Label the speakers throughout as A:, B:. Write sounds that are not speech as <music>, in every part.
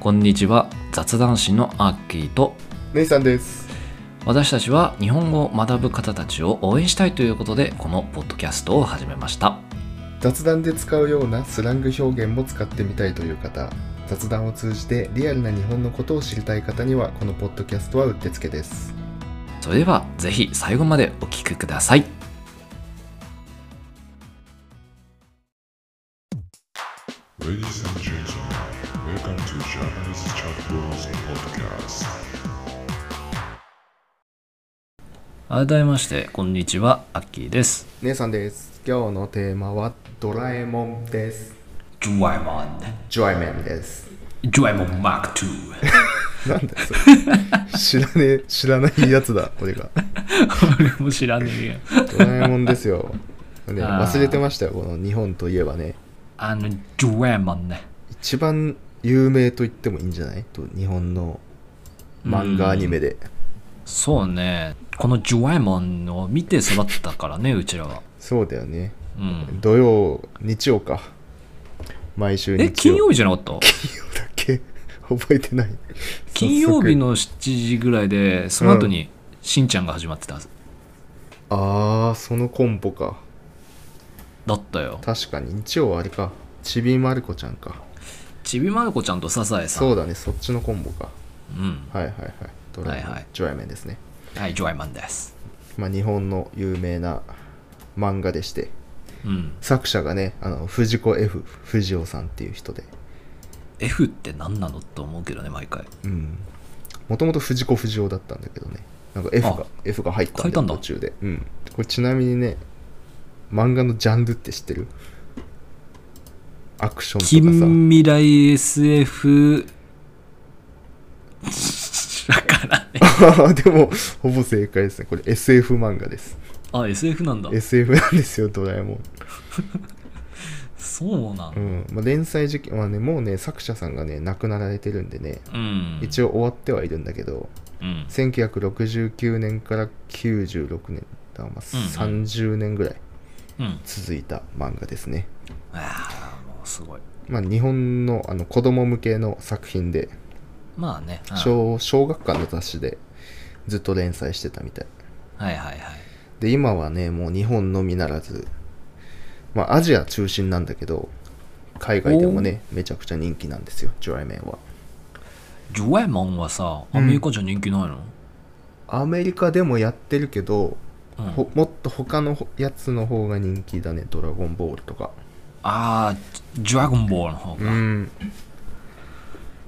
A: こんにちは雑談師のアッキーと
B: 姉さんです。
A: 私たちは日本語を学ぶ方たちを応援したいということでこのポッドキャストを始めました
B: 雑談で使うようなスラング表現も使ってみたいという方、雑談を通じてリアルな日本のことを知りたい方にはこのポッドキャストはうってつけです。
A: それではぜひ最後までお聞きください改めましてこんにちはアッキーです
B: 姉さんです。今日のテーマはドラえもんです。
A: ジュワイモン
B: ジョイメンです。
A: ジュワイモンマーク2
B: なんだよそれ。 <laughs> 知らねえ、知らないやつだ、俺が。
A: 俺も知らねえよ
B: ドラえもんですよ。ね、
A: あー
B: 忘れてましたよ、この日本といえばね。
A: あのジュワイモンね
B: 一番有名と言ってもいいんじゃないと日本の漫画アニメで。
A: そうねこのジュワイモンを見て育ったからねうちらは
B: そうだよね。
A: うん
B: 土曜、日曜か。毎週日曜。
A: え金曜日じゃなかった
B: <laughs> 金曜だっけ覚えてない。
A: 金曜日
B: 早速。
A: の7時ぐらいでその後にしんちゃんが始まってたはず
B: あー、そのコンボか。
A: だったよ
B: 確かに。日曜はあれか。ちびまる子ちゃんか。
A: ちびまる子ちゃんとサザエさん
B: そうだね、そっちのコンボか。
A: うん
B: はいはいはい。ドラえも
A: は
B: ん、
A: いはい
B: ジョイアメンですね。
A: はいジョイマンです
B: まあ、日本の有名な漫画でして。
A: うん
B: 作者がね、あの、藤子 F 不二雄さんっていう人で。
A: F って何なのって思うけどね毎回
B: うん。もともと藤子不二雄だったんだけどね。なんか F
A: あ
B: が、F が入った
A: 入っ
B: ん
A: た
B: だ
A: んだ
B: 途中で。うん。これちなみにね、漫画のジャンルって知ってるアクションとかさ。
A: 近未来 SF だからね
B: <laughs> でも、ほぼ正解ですね。これ SF 漫画です。
A: あ SF なんだ
B: SF なんですよ、ドラえもん。
A: そうな
B: うんん。まあ、連載時期はね、もうね、作者さんがね、亡くなられてるんでね、
A: うん
B: 一応終わってはいるんだけど、
A: うん
B: 1969年から96年だ、まあ、30年ぐらい
A: うん
B: 続いた漫画ですね、
A: ああもうすごい
B: まあ、日本のあの子供向けの作品で
A: まあねうん
B: 小小学館の雑誌でずっと連載してたみたい
A: はいはいはい
B: で今はねもう日本のみならず、まあ、アジア中心なんだけど海外でもねめちゃくちゃ人気なんですよジョイメンは
A: ジョイマンはさアメリカじゃ人気ないの
B: アメリカでもやってるけど、
A: うん
B: ほもっと他のやつの方が人気だね「ドラゴンボール」とか
A: ああドラゴンボールの方
B: う
A: が、
B: ん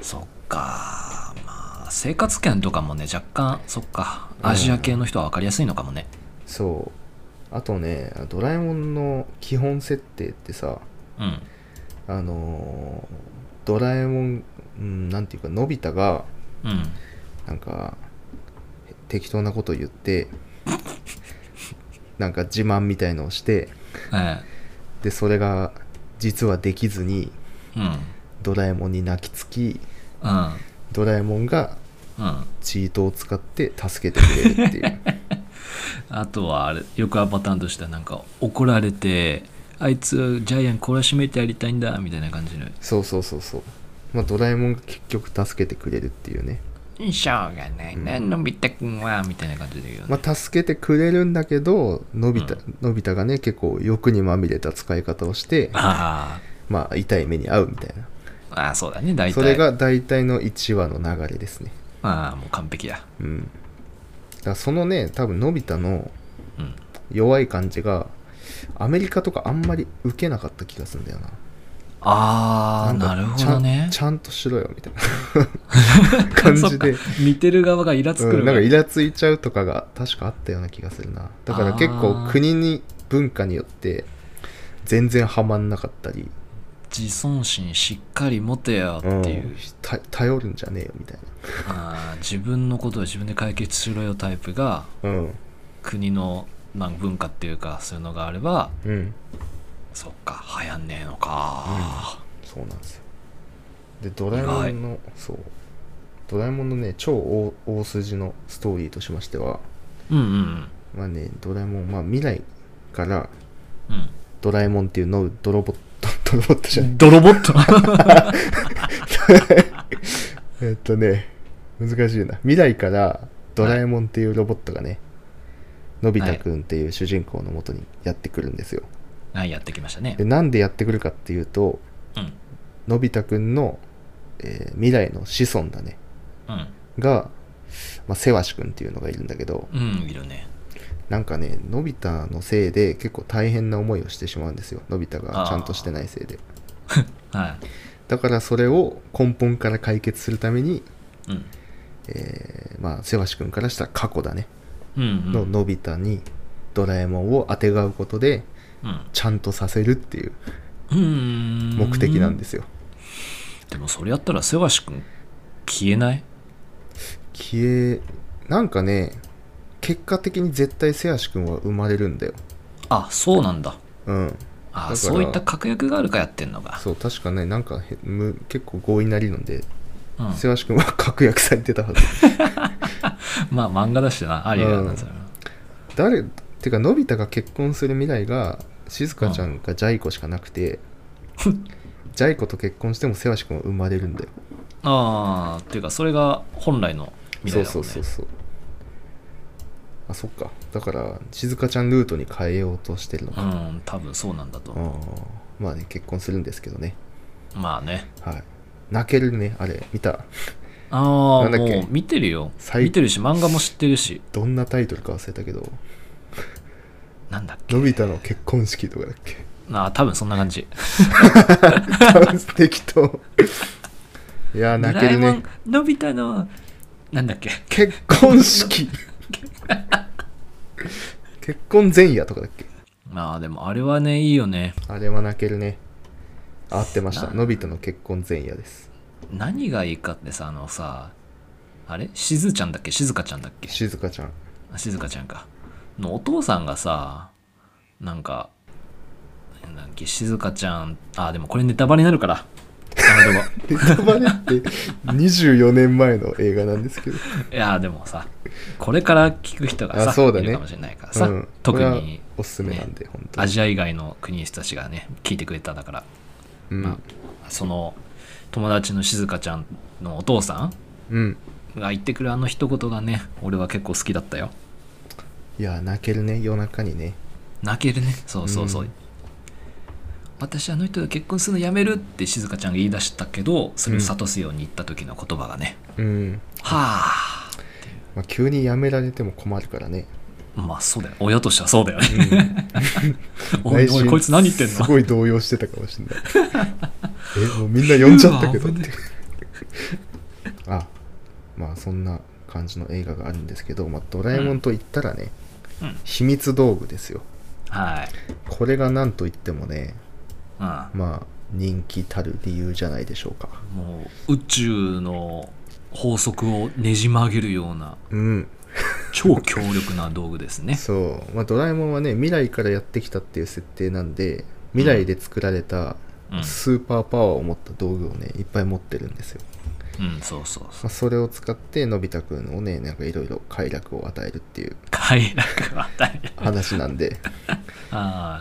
A: そっかまあ生活圏とかもね若干そっかアジア系の人は分かりやすいのかもね
B: そうあとね「ドラえもん」の基本設定ってさ
A: うん
B: あのードラえもん、うん、なんていうかのび太が
A: うん
B: なんか適当なこと言って <laughs> なんか自慢みたいのをして
A: え
B: でそれが実はできずに
A: えうん
B: ドラえもんに泣きつき
A: うん
B: ドラえもんが
A: うん
B: チートを使って助けてくれるっていう
A: あとはあれよくあるパターンとしてはなんか怒られてあいつジャイアン懲らしめてやりたいんだみたいな感じの
B: そうそうそうそう、まあ、ドラえもんが結局助けてくれるっていうね
A: しょうがないな、のび太くんはみたいな感じで言うよね、
B: まあ、助けてくれるんだけどのび太、のび太がね結構欲にまみれた使い方をして、
A: あ
B: まあ、痛い目に遭うみたいな
A: ーあーそうだね大体
B: それが大体の1話の流れですね
A: ああもう完璧だ
B: うんだからそのね多分のび太の
A: うん
B: 弱い感じがアメリカとかあんまり受けなかった気がするんだよな
A: ああ
B: んか
A: なるほどね
B: ちゃんちゃんとしろよみたい
A: <laughs>
B: な感じで
A: そっか見てる側がイラつく
B: う
A: る
B: ん、
A: か
B: なん
A: ら
B: かイラついちゃうとかが確かあったような気がするなだから結
A: あ
B: 構
A: ー
B: 国に文化によって全然ハマんなかったり、
A: 自尊心しっかり持てよって
B: うん
A: いう、
B: た頼るんじゃねえよみたい
A: あー自分のことは自分で解決しろよタイプが
B: なうん
A: 国のなんか文化っていうかそういうのがあれば
B: うん
A: そっか流行んねえのか、
B: そうなんですよでドラえもんのそうドラえもんのね超大大筋のストーリーとしましては
A: うん、うんうん
B: まあねドラえもんまあ未来から
A: うん
B: ドラえもんっていう <laughs> のをドロボットドロボットじゃない
A: ドロボット
B: とね難しいな未来からドラえもんっていうロボットがね、のび太くんっていう主人公のもとにやってくるんですよ
A: はい、やってきましたね
B: で。なんでやってくるかっていうと
A: うん。
B: のび太くんの、えー未来の子孫だね
A: うん。
B: が、まあ、セワシくんっていうのがいるんだけど
A: うん、いるね。
B: なんかねのび太のせいで結構大変な思いをしてしまうんですよのび太が
A: あー
B: ちゃんとしてないせいで
A: は
B: だからそれを根本から解決するために、
A: い。うん。
B: えーまあセワシ君からしたら過去だね、
A: うん、う
B: の
A: ん。
B: のび太にドラえもんをあてがうことで
A: うん
B: ちゃんとさせるっていう
A: うん。。
B: 目的なんですすよ、
A: でもそれやったら、せわし君、消えない
B: 消えなんかね結果的に絶対セワシ君は生まれるんだよ
A: あ、そうなんだ。
B: うんだか
A: あ
B: ら
A: そういった確約があるかやってんのが。
B: そう確かねなんかへむ結構強引な理論で、
A: うん、
B: セワシ君は <laughs> 確約されてたはず
A: まあ漫画だしな、ありだよ
B: う
A: な、
B: ん
A: それは。
B: 誰てかのび太が結婚する未来が静香ちゃんかジャイ子しかなくて、ジャイ子と結婚してもセワシ君は生まれるんだよ、
A: <laughs> ああ、っていうか、それが本来の未
B: そう
A: 来だもん
B: そ
A: ね。
B: うそうそうあそっかだから静香ちゃんルートに変えようとしてるのか、
A: うん、多分そうなんだと
B: う。ん、まあね結婚するんですけどね
A: まあね。
B: はい泣けるねあれ見た
A: ああ、
B: なんだっけ
A: もう見てるよ。
B: 最
A: 見てるし、漫画も知ってるし。
B: どんなタイトルか忘れたけど
A: なんだっけ
B: のび太の結婚式とかだっ
A: <laughs>
B: け
A: ああ、多分そんな感じ。
B: 適当いや泣ける
A: ドラえも
B: ね
A: んのび太の、なんだっけ
B: 結婚式結婚前夜とかだっけ
A: まあでもあれはね、いいよね。
B: あれは泣けるねあ合ってました
A: な
B: のび太の結婚前夜です
A: 何がいいかってさ、あのさ、あれしずちゃんだっけしずかちゃんだっけ
B: 静香ちゃん
A: あしずかちゃんか。のお父さんがさ、なんか、なんだっけ、しずかちゃん、あ、でもこれネタバレになるから。あ
B: <laughs>
A: のでも
B: ネタバレって24年前の映画なんですけど
A: いや、でもさ、これから聞く人が
B: あ
A: さ、
B: そうだね
A: いるかもしれないからさ、
B: うん
A: 特
B: これは
A: に
B: おすすめなんで、本当
A: ア
B: に、
A: ジア以外の国の人たちがね、聞いてくれただから、
B: うん
A: まあ、その友達のしずかちゃんのお父さ
B: うん
A: んが言ってくるあの一言がね、俺は結構好きだったよ。
B: いや泣けるね夜中にね
A: 泣けるねそうそうそう、
B: うん
A: 私あの人と結婚するのやめるって静香ちゃんが言い出したけどそれを諭すように言った時の言葉がね、
B: うん、
A: はあ
B: まあ、急にやめられても困るからね、
A: まあそうだよ親としてはそうだよね、
B: うん、
A: <laughs> おい
B: 内
A: おい
B: 心
A: こいつ何言ってん
B: す
A: の
B: ごい動揺してたかもしれない <laughs> えもうみんな呼んじゃったけどっ
A: <laughs> うわ
B: て <laughs> あまあそんな感じの映画があるんですけど、まあ、ドラえもんと言ったらね、
A: うん
B: 秘密道具ですよ
A: はい、
B: これが何と言ってもね
A: う
B: まあ人気たる理由じゃないでしょうか
A: ん、もう宇宙の法則をねじ曲げるような
B: うん
A: 超強力な道具ですね
B: そう、まあ、ドラえもんはね未来からやってきたっていう設定なんで未来で作られた
A: うん
B: スーパーパワーを持った道具をねいっぱい持ってるんですよ、
A: うんそうそうそ
B: ま
A: う
B: あ、それを使ってのび太くんをねなんかいろいろ快楽を与えるっていう
A: 快楽は大変
B: 話な
A: <laughs>
B: んで
A: あ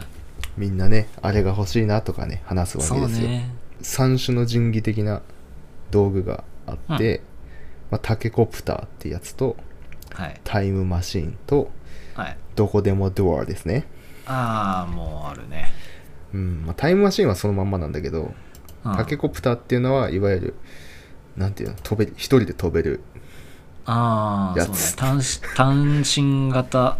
B: みんなねあれが欲しいなとかね話す
A: あ
B: わ
A: そ
B: けで
A: う
B: すよ、
A: ね
B: 三種の神器的な道具があって、まあ、タケコプターってやつと
A: はい
B: タイムマシンと
A: はい
B: どこでもドアですね、
A: ああもうあるね、
B: うんまあ、タイムマシンはそのまんまなんだけど
A: うん
B: タケコプターっていうのはいわゆるなんていうの飛べる一人で飛べる
A: ああ
B: や
A: そうね
B: つ
A: 単身単身型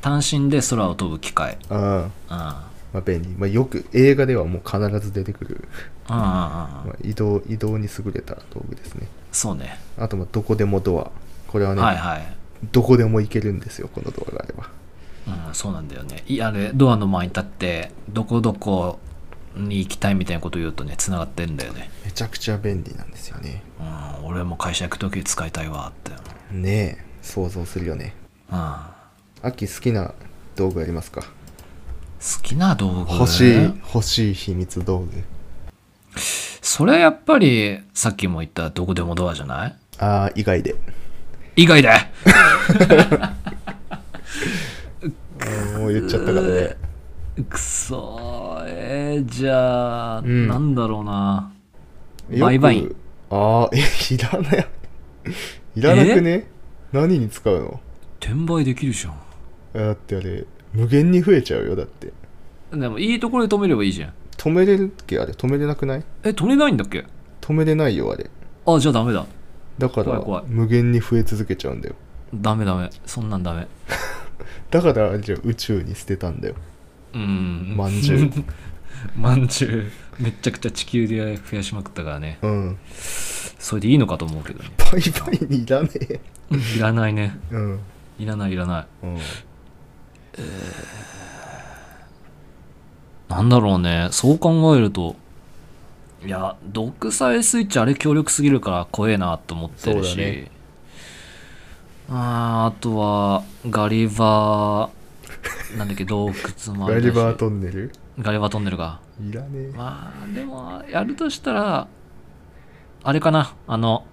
A: 単身で空を飛ぶ機械
B: あー、ま
A: うんうんうん
B: あ、便利、まあ、よく映画ではもう必ず出てくる、
A: うんう
B: ま
A: ん
B: あ、移動移動に優れた道具ですね
A: そうね
B: あとまあどこでもドアこれはね、
A: はいはい、
B: どこでも行けるんですよこのドアがあれば
A: うん、そうなんだよねいあれドアの前に立ってどこどこに行きたいみたいなこと言うとねつながってんだよね、
B: めちゃくちゃ便利なんですよね
A: うん、俺も会社行く時使いたいわってうん
B: ねえ想像するよね
A: 好
B: 秋好きな道具ありますか
A: きな道具
B: 欲しい欲しい秘密道具
A: それはやっぱりさっきも言ったどこでもドアじゃない
B: ああ以外で
A: 以外で
B: あーもう言っちゃったからね
A: くそーえー、じゃあ、
B: ん
A: なんだろうな
B: よく
A: バイバイン
B: ああえいらないいらなくね何に使うの
A: 転売できるじゃん
B: だってあれ無限に増えちゃうよだって
A: でもいいところで止めればいいじゃん
B: 止めれるっけあれ止めれなくない
A: え止めないんだっけ
B: 止めれないよあれ
A: あじゃあダメだ
B: だから
A: 怖い怖い
B: 無限に増え続けちゃうんだよ
A: ダメダメそんなんダメ
B: だからあれじゃん宇宙に捨てたんだよ
A: うん
B: まんじゅう
A: <laughs> まんじゅうめっちゃくちゃ地球で増やしまくったからね <laughs>
B: うん
A: それでいいのかと思うけどね
B: バイバイにいらねえ
A: いらないね
B: うん
A: いらないいらない
B: うん
A: なんだろうねそう考えるといや独裁スイッチあれ強力すぎるから怖えなと思ってる
B: そ
A: し、
B: うだね
A: あーあとはガリバーなんだっけ洞窟もあ
B: ガ
A: る
B: リ
A: し
B: バートンネル
A: ガリバートンネルが
B: いらねえ
A: まあでもやるとしたらあれかなあの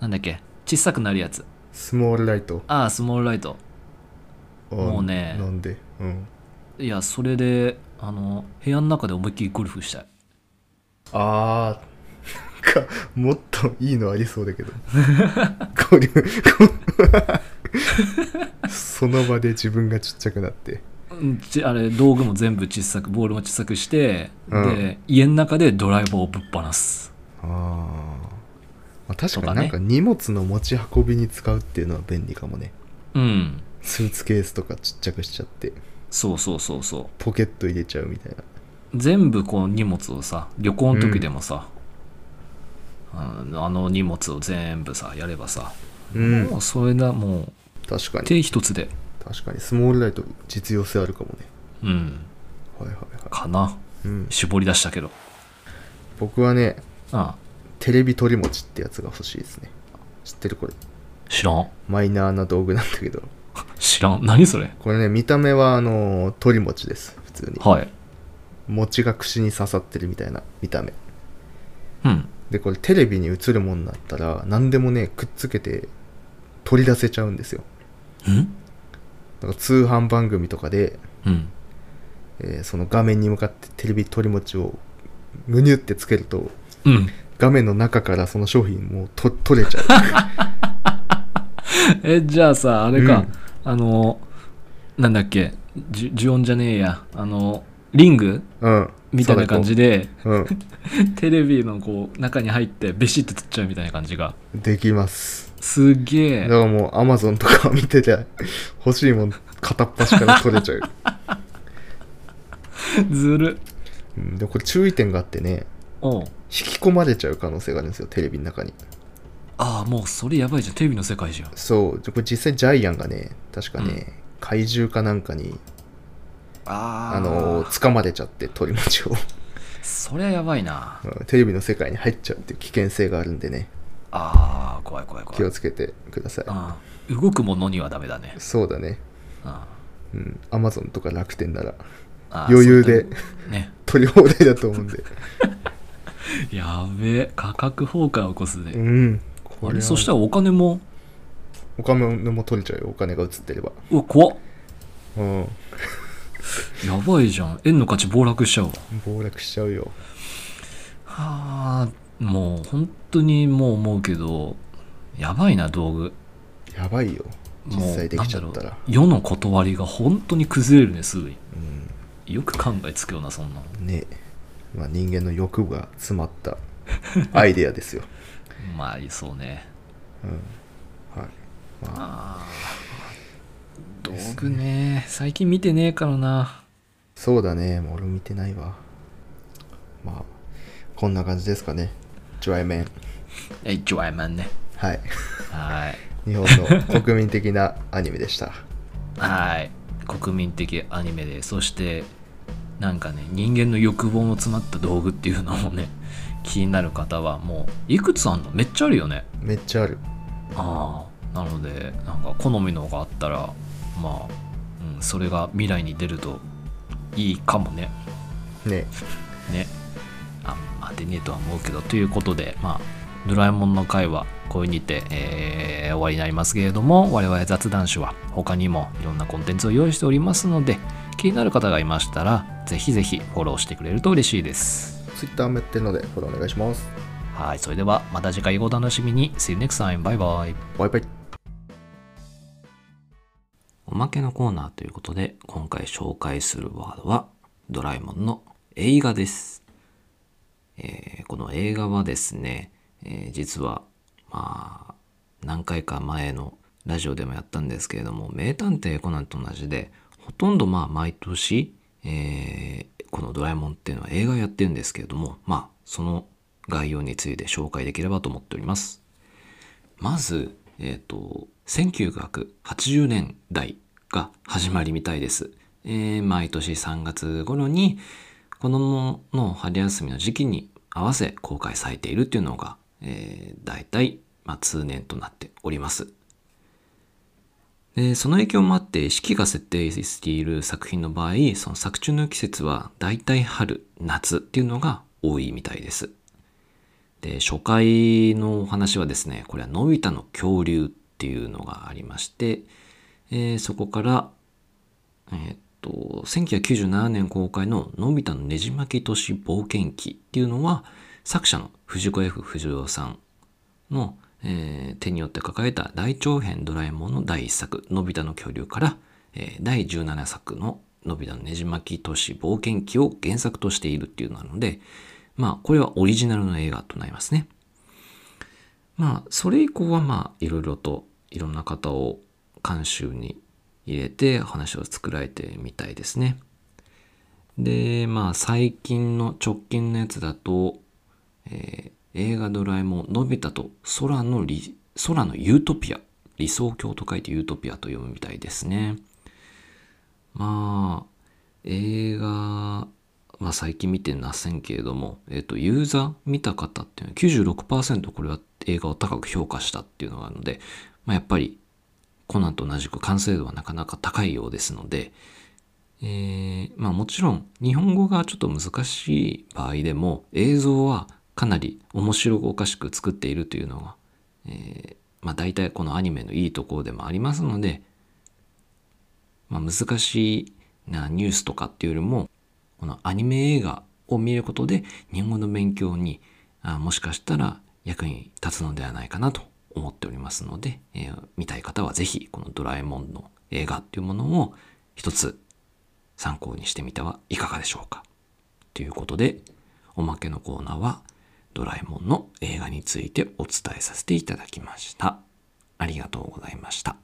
A: なんだっけ小さくなるやつ
B: スモールライト
A: ああスモールライト
B: あ
A: もうね
B: なんでうん
A: いやそれであの部屋の中で思いっきりゴルフしたい
B: あーなんかもっといいのありそうだ
A: <laughs>
B: けどこういうこうその場で自分がちっちゃくなって
A: うんちあれ道具も全部小さくボールも小さくして、
B: うん
A: で家の中でドライバーをぶっ放す
B: あー、まあ確
A: と
B: かに
A: かね
B: なんか荷物の持ち運びに使うっていうのは便利かもね
A: うん
B: スーツケースとかちっちゃくしちゃって
A: そうそうそうそ
B: ポケット入れちゃうみたいな
A: う全部こう荷物をさ旅行の時でもさ、あのあの荷物を全部さやればさ、
B: うん
A: もうそれだも
B: 確か
A: う
B: に
A: 手一つで
B: 確かにスモールライト実用性あるかもね
A: うん
B: はいはいはい、
A: かな
B: うん、
A: 絞り出したけど
B: 僕はね
A: あ
B: テレビ取り持ちってやつが欲しいですね知ってるこれ
A: あ知らん <laughs>
B: マイナーな道具なんだけど
A: 知らん何それ
B: これね見た目はあの鳥餅です普通に
A: はい
B: 餅が串に刺さってるみたいな見た目
A: うん
B: でこれテレビに映るもんだったら何でもねくっつけて取り出せちゃうんですよ
A: うん
B: だから通販番組とかで、
A: うん
B: えーその画面に向かってテレビ取り餅をぐにゅってつけると
A: うん
B: 画面の中からその商品もうと取れちゃう
A: えじゃあさあれ
B: う
A: か
B: ん、
A: あのなんだっけジュジュオンじゃねえやあのリング <laughs>
B: うん
A: みたいな感じで
B: でうん
A: テレビのこう中に入ってベシッと取っちゃうみたいな感じが
B: できます
A: すげ
B: だ
A: え
B: からもうアマゾンとか見てて欲しいもん片っ端から取れ
A: <laughs>
B: ちゃう、
A: ずる
B: うん、でもこれ注意点があってね
A: おう
B: 引き込まれちゃう可能性があるんですよテレビの中に
A: ああもうそれやばいじゃんテレビの世界じゃん
B: そうでこれ実際ジャイアンがね確かね、
A: うん
B: 怪獣かなんかに
A: あ
B: あの掴まれちゃって鳥持ちを <laughs>
A: そりゃやばいな
B: うんテレビの世界に入っちゃうっていう危険性があるんでね
A: ああ怖い怖い怖い
B: 気をつけてください
A: うん動くものにはダメだね
B: そうだね
A: うん
B: うんアマゾンとか楽天なら <laughs>
A: あー
B: 余裕で
A: そういったね
B: 取り放題だと思うん
A: <laughs>
B: で
A: やべえ価格崩壊を起こす
B: う
A: ね、
B: ん
A: あれそした
B: ら
A: らお金も
B: お金も取れちゃうよお金が移ってれば
A: うわ怖っ
B: うん
A: やばいじゃん円の価値暴落しちゃうわ
B: 暴落しちゃうよ
A: はあもう本当にもう思うけどやばいな道具
B: やばいよ実
A: もう
B: 際できちゃった
A: なんだ
B: ら
A: ろう世の断りが本当に崩れるねすぐに
B: う
A: よく考えつくよなそんなの
B: んねまあ人間の欲が詰
A: <laughs>
B: まったアイデアですよ、
A: まあそうね
B: うん、はいまあ
A: あー道具ね最近見てねえからな
B: そうだねもう俺見てないわまあこんな感じですかねドライメン
A: えドラえもんね
B: はい
A: はい
B: 日本の国民的なアニメでした
A: はい国民的アニメでそしてなんかね人間の欲望の詰まった道具っていうのもね気になる方はもういくつあんのめっちゃあるよね
B: めっちゃある
A: ああなのでなんか好みのがあったらまあ、うん、それが未来に出るといいかもね
B: ね
A: ねあ当てねえとは思うけどということでまあドラえもんの回はこれにて、えー終わりになりますけれども我々雑談師は他にもいろんなコンテンツを用意しておりますので気になる方がいましたらぜひぜひフォローしてくれると嬉しいです
B: Twitter もやってるのでフォローお願いします
A: はい、それではまた次回お楽しみに。See you next time. Bye bye.
B: バイバイ。
A: おまけのコーナーということで、今回紹介するワードは、ドラえもんの映画です。えーこの映画はですね、えー実は、まあ、何回か前のラジオでもやったんですけれども、名探偵コナンと同じで、ほとんどまあ毎年、えーこのドラえもんっていうのは映画やってるんですけれども、まあ、その概要について紹介できればと思っております。まず、えっ、と、1980年代が始まりみたいです。えー毎年3月頃に、子供の春休みの時期に合わせ公開されているっていうのが、えー、大体、まあ、通年となっております。でその影響もあって四季が設定している作品の場合その作中の季節は大体春夏っていうのが多いみたいです。で初回のお話はですねこれは「のび太の恐竜」っていうのがありまして、えーそこから、えーっと1997年公開の「のび太のねじ巻き都市冒険記」っていうのは作者の藤子 F 不二雄さんの、えー手によって書かれた大長編ドラえもんの第1作「のび太の恐竜」から、えー第17作の「のび太のねじ巻き都市冒険記」を原作としているっていうのなのでまあこれはオリジナルの映画となりますね。まあそれ以降はまあいろいろといろんな方を監修に入れて話を作られてみたいですね。でまあ最近の直近のやつだとえー映画ドラえもんのび太と空のり空のユートピア理想郷と書いてユートピアと読むみたいですねまあ映画は最近見てませんけれども、えっとユーザー見た方っていうのは96%これは映画を高く評価したっていうのがあるので、まあ、やっぱりコナンと同じく完成度はなかなか高いようですので、えーまあもちろん日本語がちょっと難しい場合でも映像はかなり面白おかしく作っているというのが、えーまあ、大体このアニメのいいところでもありますので、まあ、難しいなニュースとかっていうよりもこのアニメ映画を見ることで日本語の勉強にあもしかしたら役に立つのではないかなと思っておりますので、えー見たい方はぜひこの「ドラえもん」の映画っていうものを一つ参考にしてみてはいかがでしょうか。ということで、おまけのコーナーは、ドラえもんの映画についてお伝えさせていただきました。ありがとうございました。